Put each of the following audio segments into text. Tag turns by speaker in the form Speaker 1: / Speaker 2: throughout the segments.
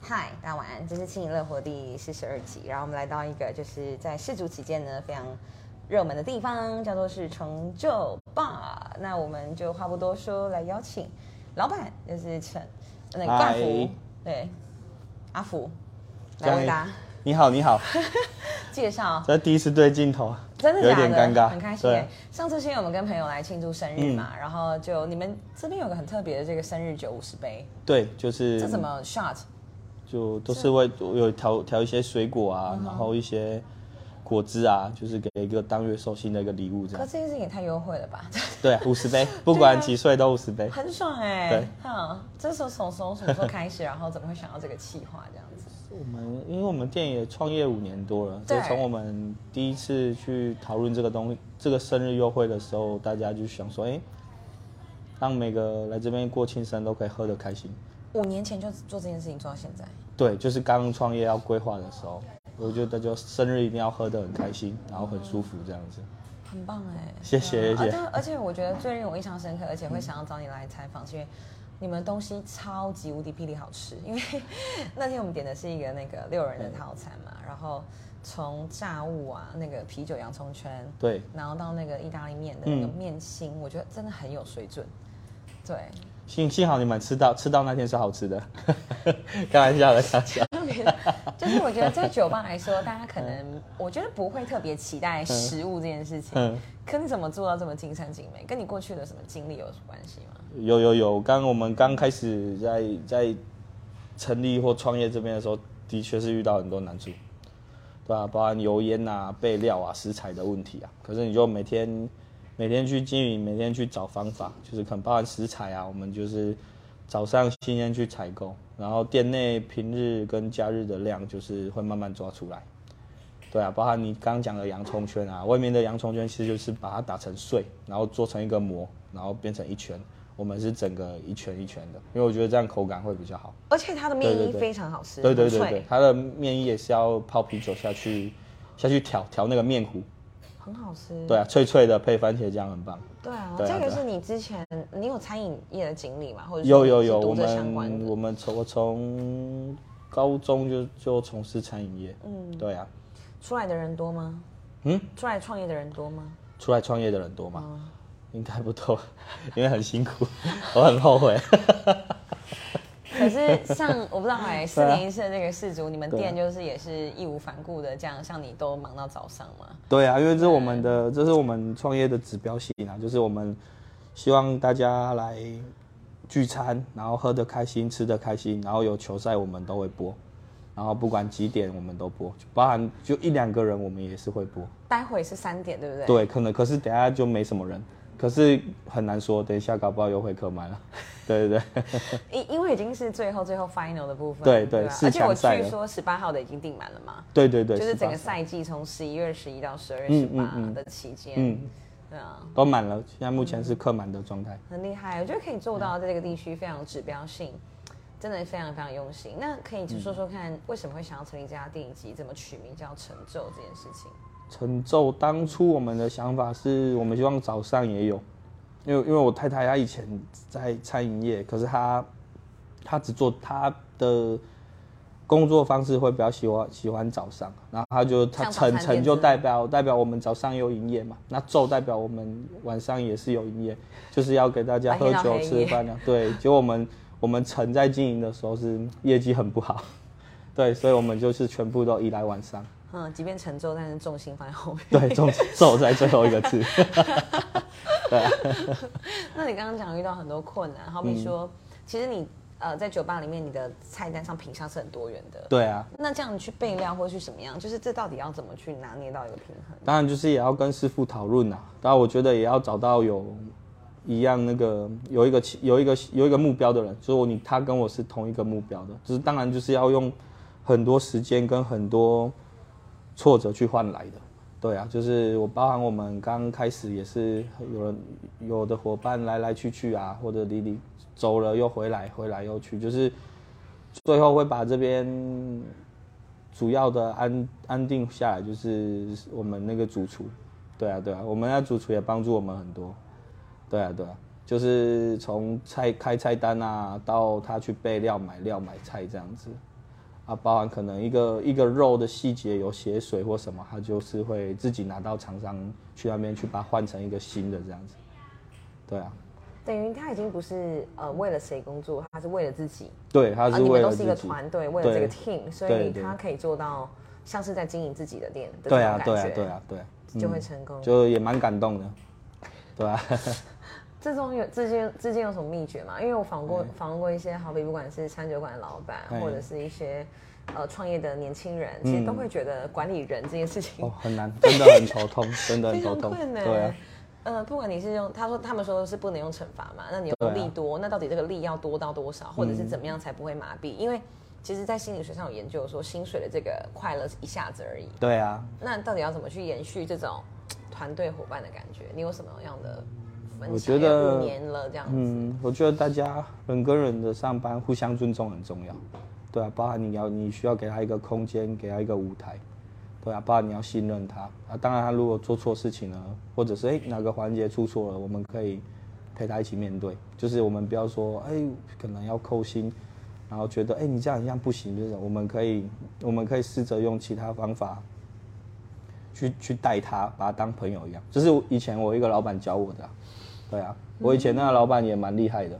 Speaker 1: 嗨，大家晚安，这是《轻盈乐活》第四十二集，然后我们来到一个就是在世足期间呢非常热门的地方，叫做是成就吧。那我们就话不多说，来邀请老板，就是陈呃那个
Speaker 2: 嗨
Speaker 1: 冠福，对，阿福来为大家
Speaker 2: 你好，你好，
Speaker 1: 介绍，
Speaker 2: 这第一次对镜头，
Speaker 1: 真的
Speaker 2: 有
Speaker 1: 假的？
Speaker 2: 点尴尬，
Speaker 1: 很开心
Speaker 2: 对嗯
Speaker 1: 耶。上次是因为我们跟朋友来庆祝生日嘛，然后就你们这边有个很特别的这个生日酒五十杯，
Speaker 2: 对，就是
Speaker 1: 这怎么 shot？
Speaker 2: 就都是会有调调一些水果
Speaker 1: 嗯
Speaker 2: 啊，然后一些果汁啊，就是给一个当月寿星的一个礼物这
Speaker 1: 可
Speaker 2: 样。
Speaker 1: 这件事情也太优惠了吧？
Speaker 2: 对，五 十杯，不管几岁都五十杯。
Speaker 1: 啊很爽哎、欸
Speaker 2: 对！
Speaker 1: 哈，这是从从什么时候开始，然后怎么会想到这个企划这样子？
Speaker 2: 我们因为我们店也创业五年多了，
Speaker 1: 对
Speaker 2: 就从我们第一次去讨论这个东西，这个生日优惠的时候，大家就想说，哎、让每个来这边过庆生都可以喝得开心。
Speaker 1: 五年前就做这件事情，做到现在，
Speaker 2: 对，就是刚创业要规划的时候，我觉得就生日一定要喝得很开心，然后很舒服这样子。
Speaker 1: 很棒哎、欸！
Speaker 2: 谢
Speaker 1: 对
Speaker 2: 谢
Speaker 1: 啊
Speaker 2: 谢谢
Speaker 1: 啊但而且我觉得最令我印象深刻，而且会想要找你来采访，是因为你们东西超级无敌霹雳好吃。因为 那天我们点的是一个那个六人的套餐嘛，然后从炸物啊，那个啤酒洋葱圈，
Speaker 2: 对，
Speaker 1: 然后到那个意大利面的那个
Speaker 2: 嗯
Speaker 1: 面心，我觉得真的很有水准。对，
Speaker 2: 幸幸好你们吃到吃到那天是好吃的， 开玩笑的，开玩笑。
Speaker 1: 就是我觉得在酒吧来说，大家可
Speaker 2: 嗯
Speaker 1: 能我觉得不会特别期待食物这件事情。
Speaker 2: 嗯，
Speaker 1: 可你怎么做到这么尽善尽美？跟你过去的什么经历有关系吗？
Speaker 2: 有有有，刚我们刚开始在在成立或创业这边的时候，的确是遇到很多难处，对啊，包含油烟啊、备料啊、食材的问题啊。可是你就每天每天去经营，每天去找方法，就是可能包含食材啊，我们就是早上新鲜去采购，然后店内平日跟假日的量就是会慢慢抓出来。对啊，包含你刚刚讲的洋葱圈啊，外面的洋葱圈其实就是把它打成碎，然后做成一个膜，然后变成一圈。我们是整个一圈一圈的，因为我觉得这样口感会比较好。
Speaker 1: 而且它的面
Speaker 2: 对
Speaker 1: 衣
Speaker 2: 对对
Speaker 1: 非常好吃，
Speaker 2: 对对
Speaker 1: 很
Speaker 2: 对
Speaker 1: 脆
Speaker 2: 对，，它的面衣也是要泡啤酒下去，下去调调那个面糊。
Speaker 1: 很好吃。
Speaker 2: 对啊，脆脆的配番茄酱很棒。
Speaker 1: 对啊，
Speaker 2: 对啊
Speaker 1: 这个
Speaker 2: 对啊
Speaker 1: 是你之前你有餐饮业的经历吗？或者是
Speaker 2: 有有有，
Speaker 1: 是读
Speaker 2: 我
Speaker 1: 这相关
Speaker 2: 们
Speaker 1: 的？
Speaker 2: 我们从我从高中就就从事餐饮业。嗯，对啊，
Speaker 1: 出来的人多吗？
Speaker 2: 嗯，啊
Speaker 1: 出来创业的人多吗？嗯
Speaker 2: 出来创业的人多吗？应该不多， 因为很辛苦， 我很后悔。
Speaker 1: 可是像我不知道 哎，四
Speaker 2: 对啊
Speaker 1: 年一次的这个氏族，你们
Speaker 2: 对啊
Speaker 1: 店就是也是义无反顾的这样，像你都忙到早上吗？
Speaker 2: 对啊，因为这是我们的，这是我们创业的指标性啊，就是我们希望大家来聚餐，然后喝得开心，吃得开心，然后有球赛我们都会播，然后不管几点我们都播，就包含就一两个人我们也是会播。
Speaker 1: 待会是三点，对不对？
Speaker 2: 对，可能可是等一下就没什么人，可是很难说，等一下搞不好又会客满了。对对对，
Speaker 1: 因因为已经是最后最后 final 的部分，
Speaker 2: 对对
Speaker 1: 吧
Speaker 2: 四
Speaker 1: 而且我
Speaker 2: 强赛
Speaker 1: 据
Speaker 2: 了
Speaker 1: 说十八号的已经订满了嘛，
Speaker 2: 对对对，
Speaker 1: 就是整个
Speaker 2: 18
Speaker 1: 赛季从十一月十一到十二月十
Speaker 2: 嗯
Speaker 1: 八
Speaker 2: 嗯嗯
Speaker 1: 的期间，
Speaker 2: 嗯
Speaker 1: 对啊，
Speaker 2: 都满了，现在目前是客满的状态。
Speaker 1: 很厉害，我觉得可以做到在这个地区非常有指标性，真的非常非常用心。那可以说说
Speaker 2: 嗯
Speaker 1: 看，为什么会想要成立这家店，以及怎么取名叫成就这件事情？
Speaker 2: 成就当初我们的想法是，我们希望早上也有，因为因为我太太她以前在餐饮业，可是她她只做她的工作方式会比较喜欢喜欢早上，然后她就她
Speaker 1: 像早餐
Speaker 2: 成
Speaker 1: 店
Speaker 2: 成就
Speaker 1: 之类的
Speaker 2: 代表代表我们早上有营业嘛，那昼代表我们晚上也是有营业，就是要给大家
Speaker 1: 白
Speaker 2: 喝
Speaker 1: 天到
Speaker 2: 酒
Speaker 1: 黑夜
Speaker 2: 吃饭的，啊对，结果我们我们成在经营的时候是业绩很不好， 对，所以我们就是全部都依赖晚上。
Speaker 1: 嗯，即便成就，但是重心放在后面。
Speaker 2: 对，重重在最后一个字。
Speaker 1: 那你刚刚讲遇到很多困难，好
Speaker 2: 嗯
Speaker 1: 比说，其实你呃在酒吧里面，你的菜单上品相是很多元的，
Speaker 2: 对啊，
Speaker 1: 那这样你去备料或去什么样，就是这到底要怎么去拿捏到一个平衡？
Speaker 2: 当然就是也要跟师傅讨论啦。啊当然，我觉得也要找到有一样那个有一个有一个有一个目标的人，就是我你他跟我是同一个目标的，就是当然就是要用很多时间跟很多挫折去换来的。对啊，就是我包含我们刚开始也是有人有的伙伴来来去去啊，或者离离走了又回来，回来又去，就是最后会把这边主要的安安定下来，就是我们那个主厨，对啊对啊，我们那主厨也帮助我们很多，对啊对啊，就是从菜开菜单啊，到他去备料、买料、买菜这样子，啊，包含可能一个一个肉的细节有血水或什么，他就是会自己拿到厂商去那边去把它换成一个新的这样子。对啊，
Speaker 1: 等于他已经不是呃为了谁工作，他是为了自己。
Speaker 2: 对，他
Speaker 1: 啊，
Speaker 2: 是
Speaker 1: 你们
Speaker 2: 为
Speaker 1: 都
Speaker 2: 了
Speaker 1: 是
Speaker 2: 自
Speaker 1: 一个
Speaker 2: 己。
Speaker 1: 团队，为了这个
Speaker 2: 对
Speaker 1: team，所
Speaker 2: 对
Speaker 1: 以
Speaker 2: 对
Speaker 1: 他可以做到像是在经营自己的店的这
Speaker 2: 对
Speaker 1: 种
Speaker 2: 啊，
Speaker 1: 感
Speaker 2: 对啊
Speaker 1: 觉，，嗯
Speaker 2: 对啊，对啊，
Speaker 1: 就会成功。
Speaker 2: 就也蛮感动的。对啊，
Speaker 1: 这种有之间之间有什么秘诀吗？因为我访
Speaker 2: 嗯
Speaker 1: 过访问过一些，好比不管是餐酒馆的老板，
Speaker 2: 哎
Speaker 1: 或者是一些呃创业的年轻人，
Speaker 2: 嗯
Speaker 1: 其实都会觉得管理人这件事情
Speaker 2: 哦，很难，真的很头痛，真 的
Speaker 1: 非
Speaker 2: 很头
Speaker 1: 常
Speaker 2: 痛。
Speaker 1: 困难。
Speaker 2: 对啊，
Speaker 1: 呃，不管你是用，他说他们说是不能用惩罚嘛，那你
Speaker 2: 对啊嗯
Speaker 1: 用力多，那到底这个力要多到多少，或者是怎么样才不会麻痹？因为其实，在心理学上有研究说，薪水的这个快乐是一下子而已，
Speaker 2: 对啊，
Speaker 1: 那到底要怎么去延续这种嘖团队伙伴的感觉？你有什么样的分享？
Speaker 2: 我觉得
Speaker 1: 五年了这样子，
Speaker 2: 嗯，我觉得大家人跟人的上班互相尊重很重要，对啊，包含你要你需要给他一个空间，给他一个舞台，对啊，包含你要信任他啊。当然，他如果做错事情了，或者是哎、诶哪个环节出错了，我们可以陪他一起面对，就是我们不要说哎、可能要扣薪，然后觉得哎、诶你这样一样不行，就是我们可以我们可以试着用其他方法去去带他，把他当朋友一样。这是以前我一个老板教我的啊、对啊，我以前那个老板也蛮厉害的，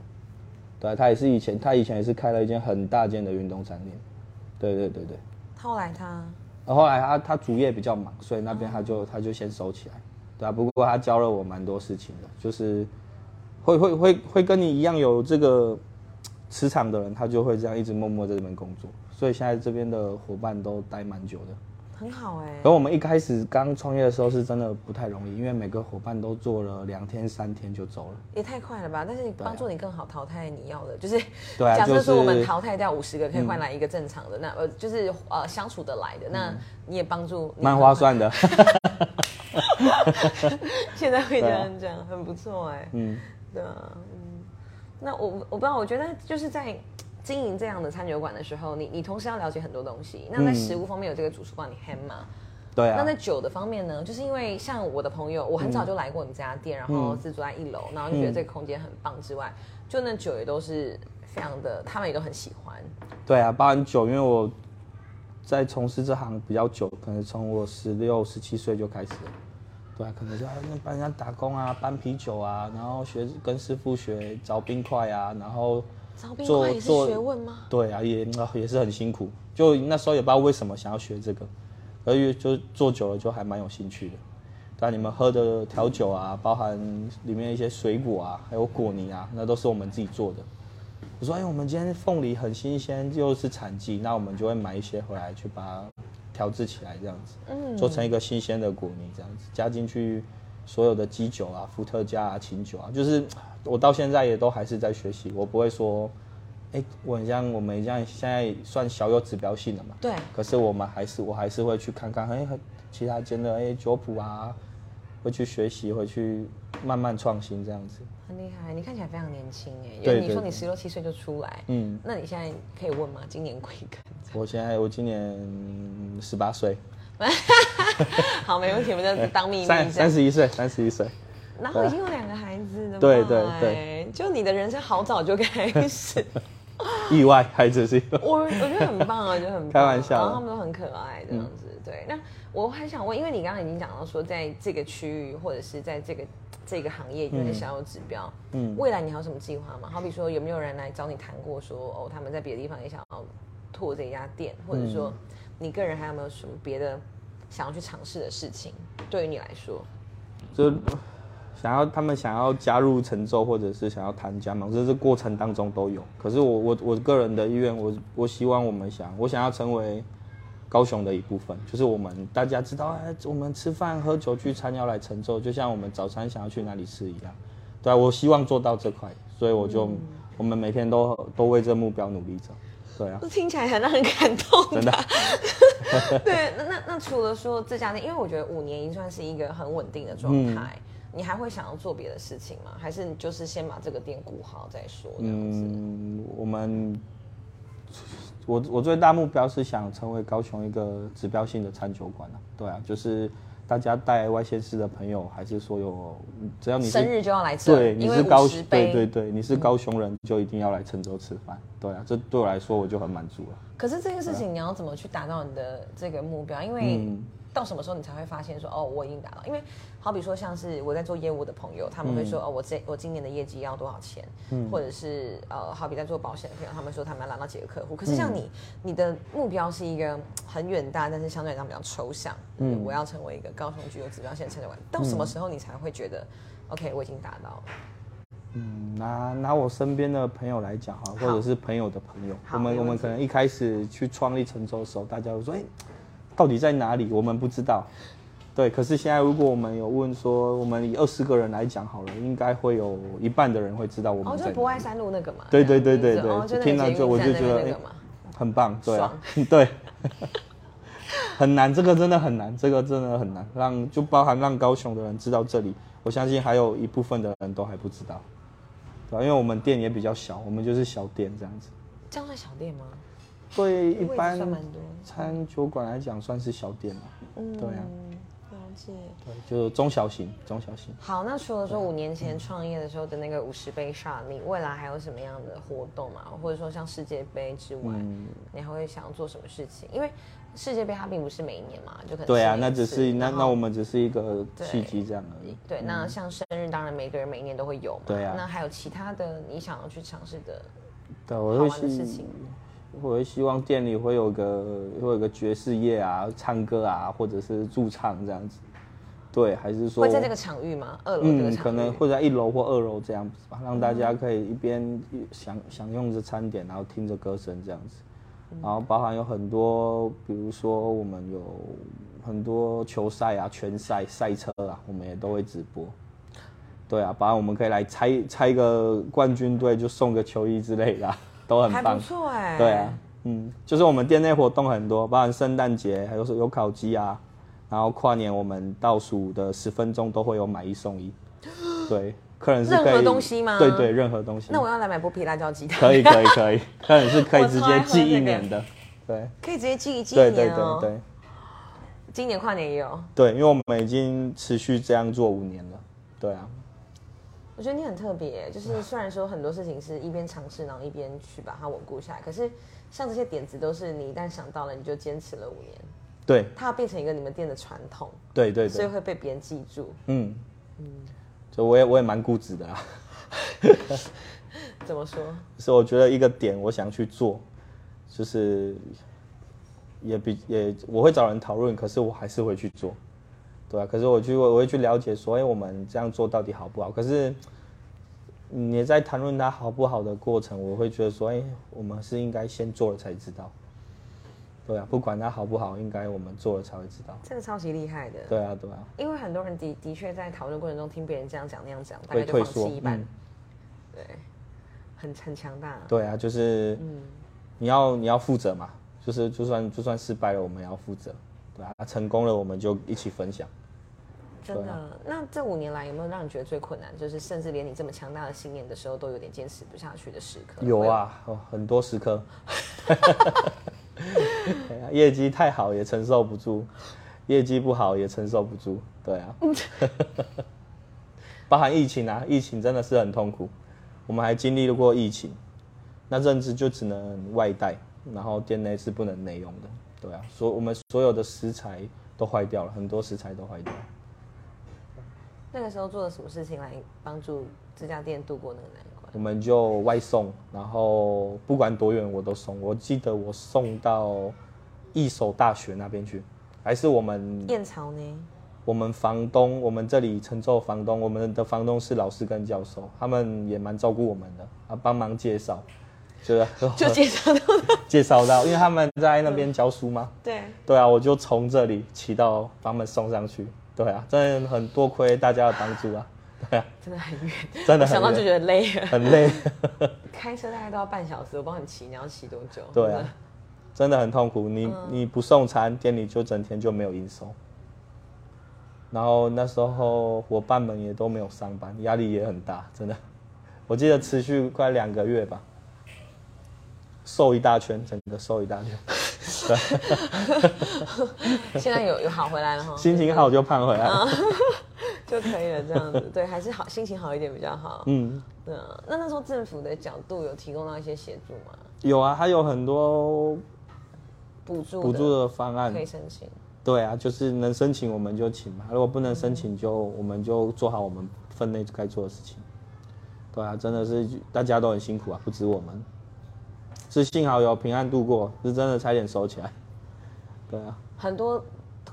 Speaker 2: 对啊、他也是以前他以前也是开了一间很大间的运动餐厅，对对对对。
Speaker 1: 后来他
Speaker 2: 然后后来他他主业比较忙，所以那边他就、他就先收起来，对啊。不过他教了我蛮多事情的，就是会会会会跟你一样有这个磁场的人，他就会这样一直默默在这边工作。所以现在这边的伙伴都待蛮久的。
Speaker 1: 很好哎、
Speaker 2: 可我们一开始刚创业的时候是真的不太容易，因为每个伙伴都做了两天三天就走了。
Speaker 1: 也太快了吧！但是你帮助你更好淘汰你要的，就是
Speaker 2: 啊对啊
Speaker 1: 假设
Speaker 2: 就是嗯
Speaker 1: 说我们淘汰掉五十个，可以换来一个正常的，那呃就是呃相处得来的，那你也帮助你
Speaker 2: 蛮划。算的。
Speaker 1: 现在会这
Speaker 2: 对啊
Speaker 1: 样讲，很不错哎、嗯，对啊，嗯。那我我不知道，我觉得就是在经营这样的餐酒馆的时候，你你同时要了解很多东西。那在
Speaker 2: 嗯
Speaker 1: 食物方面有这个主厨馆，你 ham 吗？
Speaker 2: 对
Speaker 1: 那
Speaker 2: 啊嗯
Speaker 1: 在，酒的方面呢，就是因为像我的朋友，我很早就来过你这家店，然后是住在一楼，然后就觉得这个空间很棒之外，就那酒也都是非常的，他们也都很喜欢。
Speaker 2: 对啊，包含酒，因为我在从事这行比较久，可能从我十六、十七岁就开始了。对啊，可能就啊那帮人家打工啊，搬啤酒啊，然后学跟师傅学凿冰块啊，然后
Speaker 1: 招冰
Speaker 2: 做
Speaker 1: 块也是
Speaker 2: 做
Speaker 1: 学问吗？
Speaker 2: 对啊，也啊也是很辛苦。就那时候也不知道为什么想要学这个，而且就做久了就还蛮有兴趣的。对啊，你们喝的调酒啊，包含里面一些水果啊，还有果泥啊，那都是我们自己做的。我说，哎，我们今天凤梨很新鲜，又是产季，那我们就会买一些回来去把它调制起来，这样子，嗯，做成一个新鲜的果泥，这样子加进去所有的基酒啊、伏特加啊、琴酒啊，就是我到现在也都还是在学习，我不会说，哎，我很像我们这样现在算小有指标性了嘛，
Speaker 1: 对，
Speaker 2: 可是我们还是我还是会去看看，哎，其他间的哎酒谱啊，会去学习，会去慢慢创新这样子，
Speaker 1: 很厉害。你看起来非常年轻哎，因
Speaker 2: 对
Speaker 1: 为你
Speaker 2: 对
Speaker 1: 说你
Speaker 2: 对
Speaker 1: 十六七岁就出来，
Speaker 2: 嗯，
Speaker 1: 那你现在可以问吗？今年贵庚？
Speaker 2: 我现在我今年十八岁。哎
Speaker 1: 好，没问题，我们 就当秘密
Speaker 2: 三
Speaker 1: 这样
Speaker 2: 三。十一岁，三十一岁，
Speaker 1: 然后已经有两个孩子了，
Speaker 2: 对对对，
Speaker 1: 就你的人生好早就开始。
Speaker 2: 意外还只是意 外
Speaker 1: 我我觉得很棒啊，我觉得很棒
Speaker 2: 开玩笑的嗯
Speaker 1: 然后他们都很可爱这样子。对，那我还想问，因为你刚刚已经讲到说，在这个区域或者是在这个这个行业有些小有指标，嗯，未来你还有什么计划吗？好比说，有没有人来找你谈过说，哦，他们在别的地方也想要拓这一家店，或者
Speaker 2: 嗯
Speaker 1: 说你个人还有没有什么别的想要去尝试的事情？对于你来说，
Speaker 2: 就想要他们想要加入成就，或者是想要谈加盟，这是过程当中都有。可是我我我个人的意愿，我我希望我们想，我想要成为高雄的一部分，就是我们大家知道，哎，我们吃饭喝酒聚餐要来成就，就像我们早餐想要去哪里吃一样。对啊、我希望做到这块，所以我就、我们每天都都为这目标努力着。对啊，
Speaker 1: 这听起来很让人感动。
Speaker 2: 真的。
Speaker 1: 对，那那那除了说这家店，因为我觉得五年已经算是一个很稳定的状
Speaker 2: 嗯
Speaker 1: 态，你还会想要做别的事情吗？还是你就是先把这个店顾好再说这样子？
Speaker 2: 嗯，我们我我最大目标是想成为高雄一个指标性的餐酒馆啊，对啊，就是大家带外县市的朋友，还是所有只要你
Speaker 1: 生
Speaker 2: 是
Speaker 1: 日就要来这，
Speaker 2: 对你
Speaker 1: 因为
Speaker 2: 是高
Speaker 1: 五十
Speaker 2: 对
Speaker 1: 杯。嗯
Speaker 2: 对对，你是高雄人就一定要来陈州吃饭，对啊，这对我来说我就很满足了。
Speaker 1: 可是这件事情你要怎么去达到你的这个目标？因为
Speaker 2: 嗯
Speaker 1: 到什么时候你才会发现说哦，我已经达到？因为好比说像是我在做业务的朋友，他们
Speaker 2: 嗯
Speaker 1: 会说、哦，我这我今年的业绩要多少钱？或者是呃，好比在做保险的朋友，他们说他们要拿到几个客户。可是像
Speaker 2: 嗯
Speaker 1: 你，你的目标是一个很远大，但是相对来讲比较抽象。嗯，我要成为一个高雄具有指标性的成就感。到什么时候你才会觉得、OK，我已经达到了？
Speaker 2: 嗯，拿拿我身边的朋友来讲哈，或者是朋友的朋友，
Speaker 1: 好
Speaker 2: 我
Speaker 1: 没
Speaker 2: 们我
Speaker 1: 问
Speaker 2: 们
Speaker 1: 题
Speaker 2: 可能一开始去创立陈州的时候，大家会说，哎、到底在哪里？我们不知道。对，可是现在如果我们有问说，我们以二十个人来讲好了，应该会有一半的人会知道我
Speaker 1: 哦，
Speaker 2: 们
Speaker 1: 就
Speaker 2: 在
Speaker 1: 是
Speaker 2: 哪
Speaker 1: 博爱
Speaker 2: 里，
Speaker 1: 山路那个嘛。
Speaker 2: 对对对
Speaker 1: 这样
Speaker 2: 对
Speaker 1: 子
Speaker 2: 对
Speaker 1: 哦就那个
Speaker 2: 听到
Speaker 1: 捷运
Speaker 2: 这我
Speaker 1: 站
Speaker 2: 就
Speaker 1: 那边
Speaker 2: 觉得
Speaker 1: 那个
Speaker 2: 哎
Speaker 1: 嘛。
Speaker 2: 很棒，对啊， 对，很难，这个真的很难，这个真的很难，让就包含让高雄的人知道这里，我相信还有一部分的人都还不知道，对、啊、因为我们店也比较小，我们就是小店这样子，
Speaker 1: 这样算小店吗？
Speaker 2: 对一
Speaker 1: 位置
Speaker 2: 般
Speaker 1: 算蛮多
Speaker 2: 餐酒馆来讲算是小店嘛，
Speaker 1: 嗯
Speaker 2: 对啊，
Speaker 1: 了解。
Speaker 2: 对，就中小型，中小型。
Speaker 1: 好，那除
Speaker 2: 啊
Speaker 1: 了说五年
Speaker 2: 嗯
Speaker 1: 前创业的时候的那个五十杯煞，你未来还有什么样的活动嘛？或者说像世界杯之外，
Speaker 2: 嗯
Speaker 1: 你还会想要做什么事情？因为世界杯它并不是每一年嘛，就可能
Speaker 2: 对啊，
Speaker 1: 一
Speaker 2: 那只
Speaker 1: 次
Speaker 2: 是那
Speaker 1: 然后
Speaker 2: 那我们只是一个契机这样而已。
Speaker 1: 对，那像生日，当然每个人每一年都会有嘛。
Speaker 2: 对啊
Speaker 1: 那还有其他的你想要去尝试的
Speaker 2: 对，
Speaker 1: 好
Speaker 2: 我会
Speaker 1: 玩的事
Speaker 2: 希
Speaker 1: 情，
Speaker 2: 我会希望店里会有个会有个爵士乐啊、唱歌啊，或者是驻唱这样子。对，还是说
Speaker 1: 会在这个场域吗？二楼这个场
Speaker 2: 嗯，
Speaker 1: 域？
Speaker 2: 可能会在一楼或二楼这样子吧，
Speaker 1: 嗯
Speaker 2: 让大家可以一边享享用着餐点，然后听着歌声这样子。
Speaker 1: 嗯
Speaker 2: 然后包含有很多，比如说我们有很多球赛啊、拳赛、赛车啊，我们也都会直播。对啊，包含我们可以来猜猜个冠军队，就送个球衣之类的啊、都很
Speaker 1: 还
Speaker 2: 棒
Speaker 1: 不。错哎、
Speaker 2: 对啊，，嗯，就是我们店内活动很多，包含圣诞节，还有有烤鸡啊，然后跨年我们倒数的十分钟都会有买一 送一，对，客人是
Speaker 1: 任何
Speaker 2: 可以
Speaker 1: 东西吗
Speaker 2: 对对，任何东西。
Speaker 1: 那我要来买剥皮辣椒鸡蛋。
Speaker 2: 可以可以可以，客人是可以
Speaker 1: 我超
Speaker 2: 直
Speaker 1: 爱
Speaker 2: 接
Speaker 1: 喝
Speaker 2: 寄一
Speaker 1: 这个
Speaker 2: 年的，对
Speaker 1: 可以直接记一记
Speaker 2: 对
Speaker 1: 一
Speaker 2: 对
Speaker 1: 年哦
Speaker 2: 对。对
Speaker 1: 今年跨年也有，
Speaker 2: 对，因为我们已经持续这样做五年了，对啊，
Speaker 1: 我觉得你很特 别，就是虽然说很多事情是一边尝试，然后一边去把它稳固下来，可是像这些点子都是你一旦想到了，你就坚持了五年，
Speaker 2: 对
Speaker 1: 它要变成一个你们店的传统，
Speaker 2: 对对
Speaker 1: 所以
Speaker 2: 对，
Speaker 1: 会被别人记住。
Speaker 2: 嗯嗯，就我也我也蛮固执的啦。啊
Speaker 1: 怎么说？
Speaker 2: 是我觉得一个点我想去做，就是也比也我会找人讨论，可是我还是会去做，对啊，可是我去我会去了解说，哎、我们这样做到底好不好？可是嗯你在谈论它好不好的过程，我会觉得说，哎、我们是应该先做了才知道，对啊，不管它好不好，应该我们做了才会知道，
Speaker 1: 这个超级厉害的，
Speaker 2: 对啊，对啊，
Speaker 1: 因为很多人的的确在讨论过程中听别人这样讲那样讲，大
Speaker 2: 会
Speaker 1: 概就
Speaker 2: 退
Speaker 1: 放
Speaker 2: 缩
Speaker 1: 弃一，半，
Speaker 2: 嗯，
Speaker 1: 很很强大。
Speaker 2: 对啊，就是你要你要负责嘛，就是就算就算失败了，我们也要负责，对啊，成功了我们就一起分享。
Speaker 1: 真的，
Speaker 2: 啊
Speaker 1: 那这五年来有没有让你觉得最困难？就是甚至连你这么强大的信念的时候，都有点坚持不下去的时刻。
Speaker 2: 有，啊，哦很多时刻， 对啊业绩太好也承受不住，业绩不好也承受不住，对啊，包含疫情啊，疫情真的是很痛苦，我们还经历过疫情，那阵子就只能外带，然后店内是不能内用的，对啊，所我们所有的食材都坏掉了，很多食材都坏掉了。
Speaker 1: 那个时候做了什么事情来帮助这家店度过那个难关？
Speaker 2: 我们就外送，然后不管多远我都送。我记得我送到一所大学那边去，还是我们
Speaker 1: 燕巢呢？
Speaker 2: 我们房东，我们这里承州房东，我们的房东是老师跟教授，他们也蛮照顾我们的啊，帮忙介绍，就是
Speaker 1: 就介绍到
Speaker 2: 介绍到，因为他们在那边教书嘛。
Speaker 1: 对，
Speaker 2: 对啊，我就从这里骑到把他们送上去。对啊，真的很多亏大家的帮助啊，
Speaker 1: 真的很远，
Speaker 2: 真的
Speaker 1: 我想
Speaker 2: 很
Speaker 1: 到就
Speaker 2: 累
Speaker 1: 觉得累了。
Speaker 2: 很累。
Speaker 1: 开车大概都要半小时，我帮你骑，你要骑多久？
Speaker 2: 对啊，真的很痛苦。你、
Speaker 1: 嗯
Speaker 2: 你不送餐，店里就整天就没有营收。然后那时候伙伴们也都没有上班，压力也很大，真的。我记得
Speaker 1: 哦
Speaker 2: 持续快两个月吧，瘦一大圈，整个瘦一大圈。
Speaker 1: 现在有有好回来了哈，
Speaker 2: 心情好就胖回来了。
Speaker 1: 就可以了，这样子， 对，还是好心情好一点比较好。
Speaker 2: 嗯，
Speaker 1: 对啊，那那时候政府的角度有提供到一些协助吗？
Speaker 2: 有啊，还有很多
Speaker 1: 补助
Speaker 2: 补助的方案
Speaker 1: 可以，申请，
Speaker 2: 对啊，就是能申请我们就请嘛，如果不能申请就我们就做好我们分内该做的事情。对啊，真的是大家都很辛苦啊，不止我们，是幸好有平安度过，是真的差点收起来。 对啊，
Speaker 1: 很多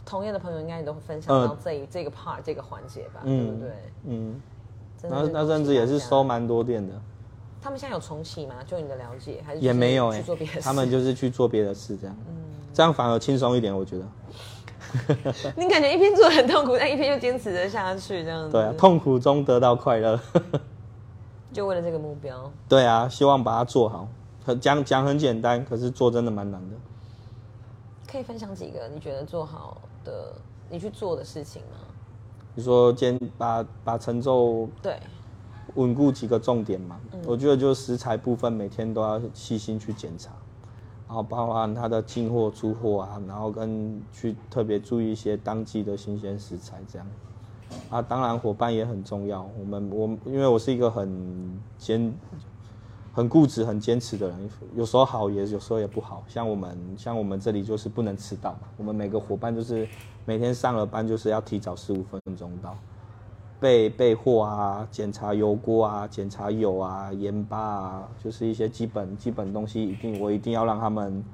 Speaker 1: 同业的朋友应该也都会分享
Speaker 2: 呃
Speaker 1: 到这一、这个 part 这个环节吧，
Speaker 2: 嗯
Speaker 1: 对不对？
Speaker 2: 嗯，
Speaker 1: 真的
Speaker 2: 那
Speaker 1: 是
Speaker 2: 那
Speaker 1: 恭
Speaker 2: 阵
Speaker 1: 喜
Speaker 2: 子也是
Speaker 1: 大家
Speaker 2: 收蛮多店的，
Speaker 1: 他们现在有重启吗？就你的了解，还是
Speaker 2: 也没有
Speaker 1: 去
Speaker 2: 哎、
Speaker 1: 做别的事？嗯
Speaker 2: 他们就是去做别的事这样，这样反而轻松一点，我觉得。
Speaker 1: 你感觉一边做得很痛苦，但一边又坚持着下去，这样子。
Speaker 2: 对啊，痛苦中得到快乐。
Speaker 1: 就为了这个目标，
Speaker 2: 对啊，希望把它做好。很讲讲很简单，可是做真的蛮难的。
Speaker 1: 可以分享几个你觉得做好的，你去做的事情吗？
Speaker 2: 你说兼把把成就
Speaker 1: 对，
Speaker 2: 稳固几个重点嘛，我觉得就是食材部分每天都要细心去检查，然后包含它的进货、出货啊，然后跟去特别注意一些当季的新鲜食材这样。啊，当然伙伴也很重要。我们我因为我是一个很坚、很固执、很坚持的人，有时候好也有时候也不好。像我们像我们这里就是不能迟到嘛，我们每个伙伴就是每天上了班就是要提早十五分钟到。备备货啊，检查油锅啊，检查油啊，盐巴啊，就是一些基本基本东西，一定我一定要让他们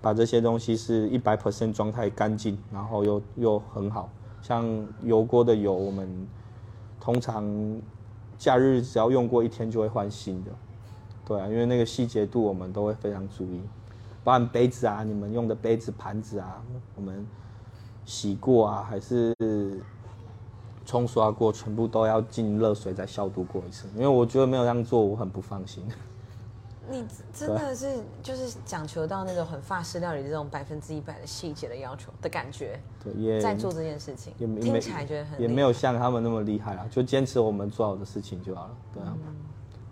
Speaker 2: 把这些东西是一百 percent 状态干净，然后又又很好。像油锅的油，我们通常假日只要用过一天就会换新的，对啊，因为那个细节度我们都会非常注意，包含杯子啊，你们用的杯子、盘子啊，我们洗过啊，还是冲刷过，全部都要进热水再消毒过一次，因为我觉得没有这样做，我很不放心。
Speaker 1: 你真的是就是讲求到那种很法式料理这种百分之一百的细节的要求的感觉，
Speaker 2: 对，也
Speaker 1: 在做这件事情，
Speaker 2: 也没
Speaker 1: 听起来觉得很
Speaker 2: 也
Speaker 1: 厉害
Speaker 2: 没有像他们那么厉害啦，就坚持我们做好的事情就好了。对啊，
Speaker 1: 嗯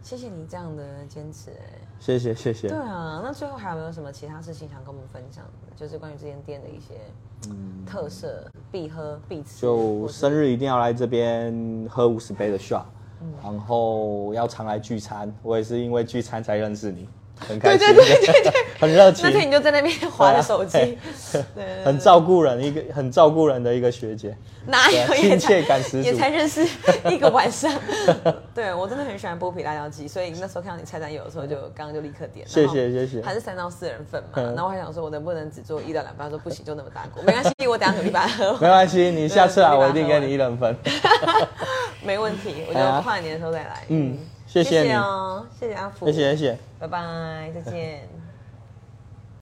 Speaker 1: 谢谢你这样的坚持、哎，
Speaker 2: 谢谢谢谢
Speaker 1: 对。啊，那最后还有没有什么其他事情想跟我们分享的？就是关于这间店的一些特色、必喝、必吃，
Speaker 2: 嗯就
Speaker 1: 或是
Speaker 2: 生日一定要来这边喝五十杯的 shot，、然
Speaker 1: 嗯
Speaker 2: 后要常来聚餐。我也是因为聚餐才认识你，很开心，
Speaker 1: 对对对对
Speaker 2: 很热情
Speaker 1: 那，天你就在那边划着手机，
Speaker 2: 对
Speaker 1: 对对对
Speaker 2: 很照顾人，一个很照顾人的一个学姐。
Speaker 1: 哪
Speaker 2: 对
Speaker 1: 有
Speaker 2: 啊
Speaker 1: 也
Speaker 2: 亲
Speaker 1: 才
Speaker 2: 切感十足
Speaker 1: 也才认识一个晚上。 对我真的很喜欢剥皮辣椒鸡，所以那时候看到你菜单有的时候就刚刚就立刻点。
Speaker 2: 谢
Speaker 1: 然后
Speaker 2: 谢谢谢
Speaker 1: 还是三到四人份嘛，
Speaker 2: 嗯
Speaker 1: 然后我还想说，我能不能只做一到两包？他说不行，就那么大锅，没关系，我等下努力把它喝完
Speaker 2: 没关系，你下次来
Speaker 1: 对
Speaker 2: 我一定
Speaker 1: 你把它喝
Speaker 2: 给
Speaker 1: 完
Speaker 2: 你一人份。
Speaker 1: 没问题，我
Speaker 2: 啊
Speaker 1: 就跨年的时候再来。
Speaker 2: 嗯，谢
Speaker 1: 谢
Speaker 2: 你，
Speaker 1: 哦，谢谢阿福，
Speaker 2: 谢谢谢谢。
Speaker 1: 拜拜，再见。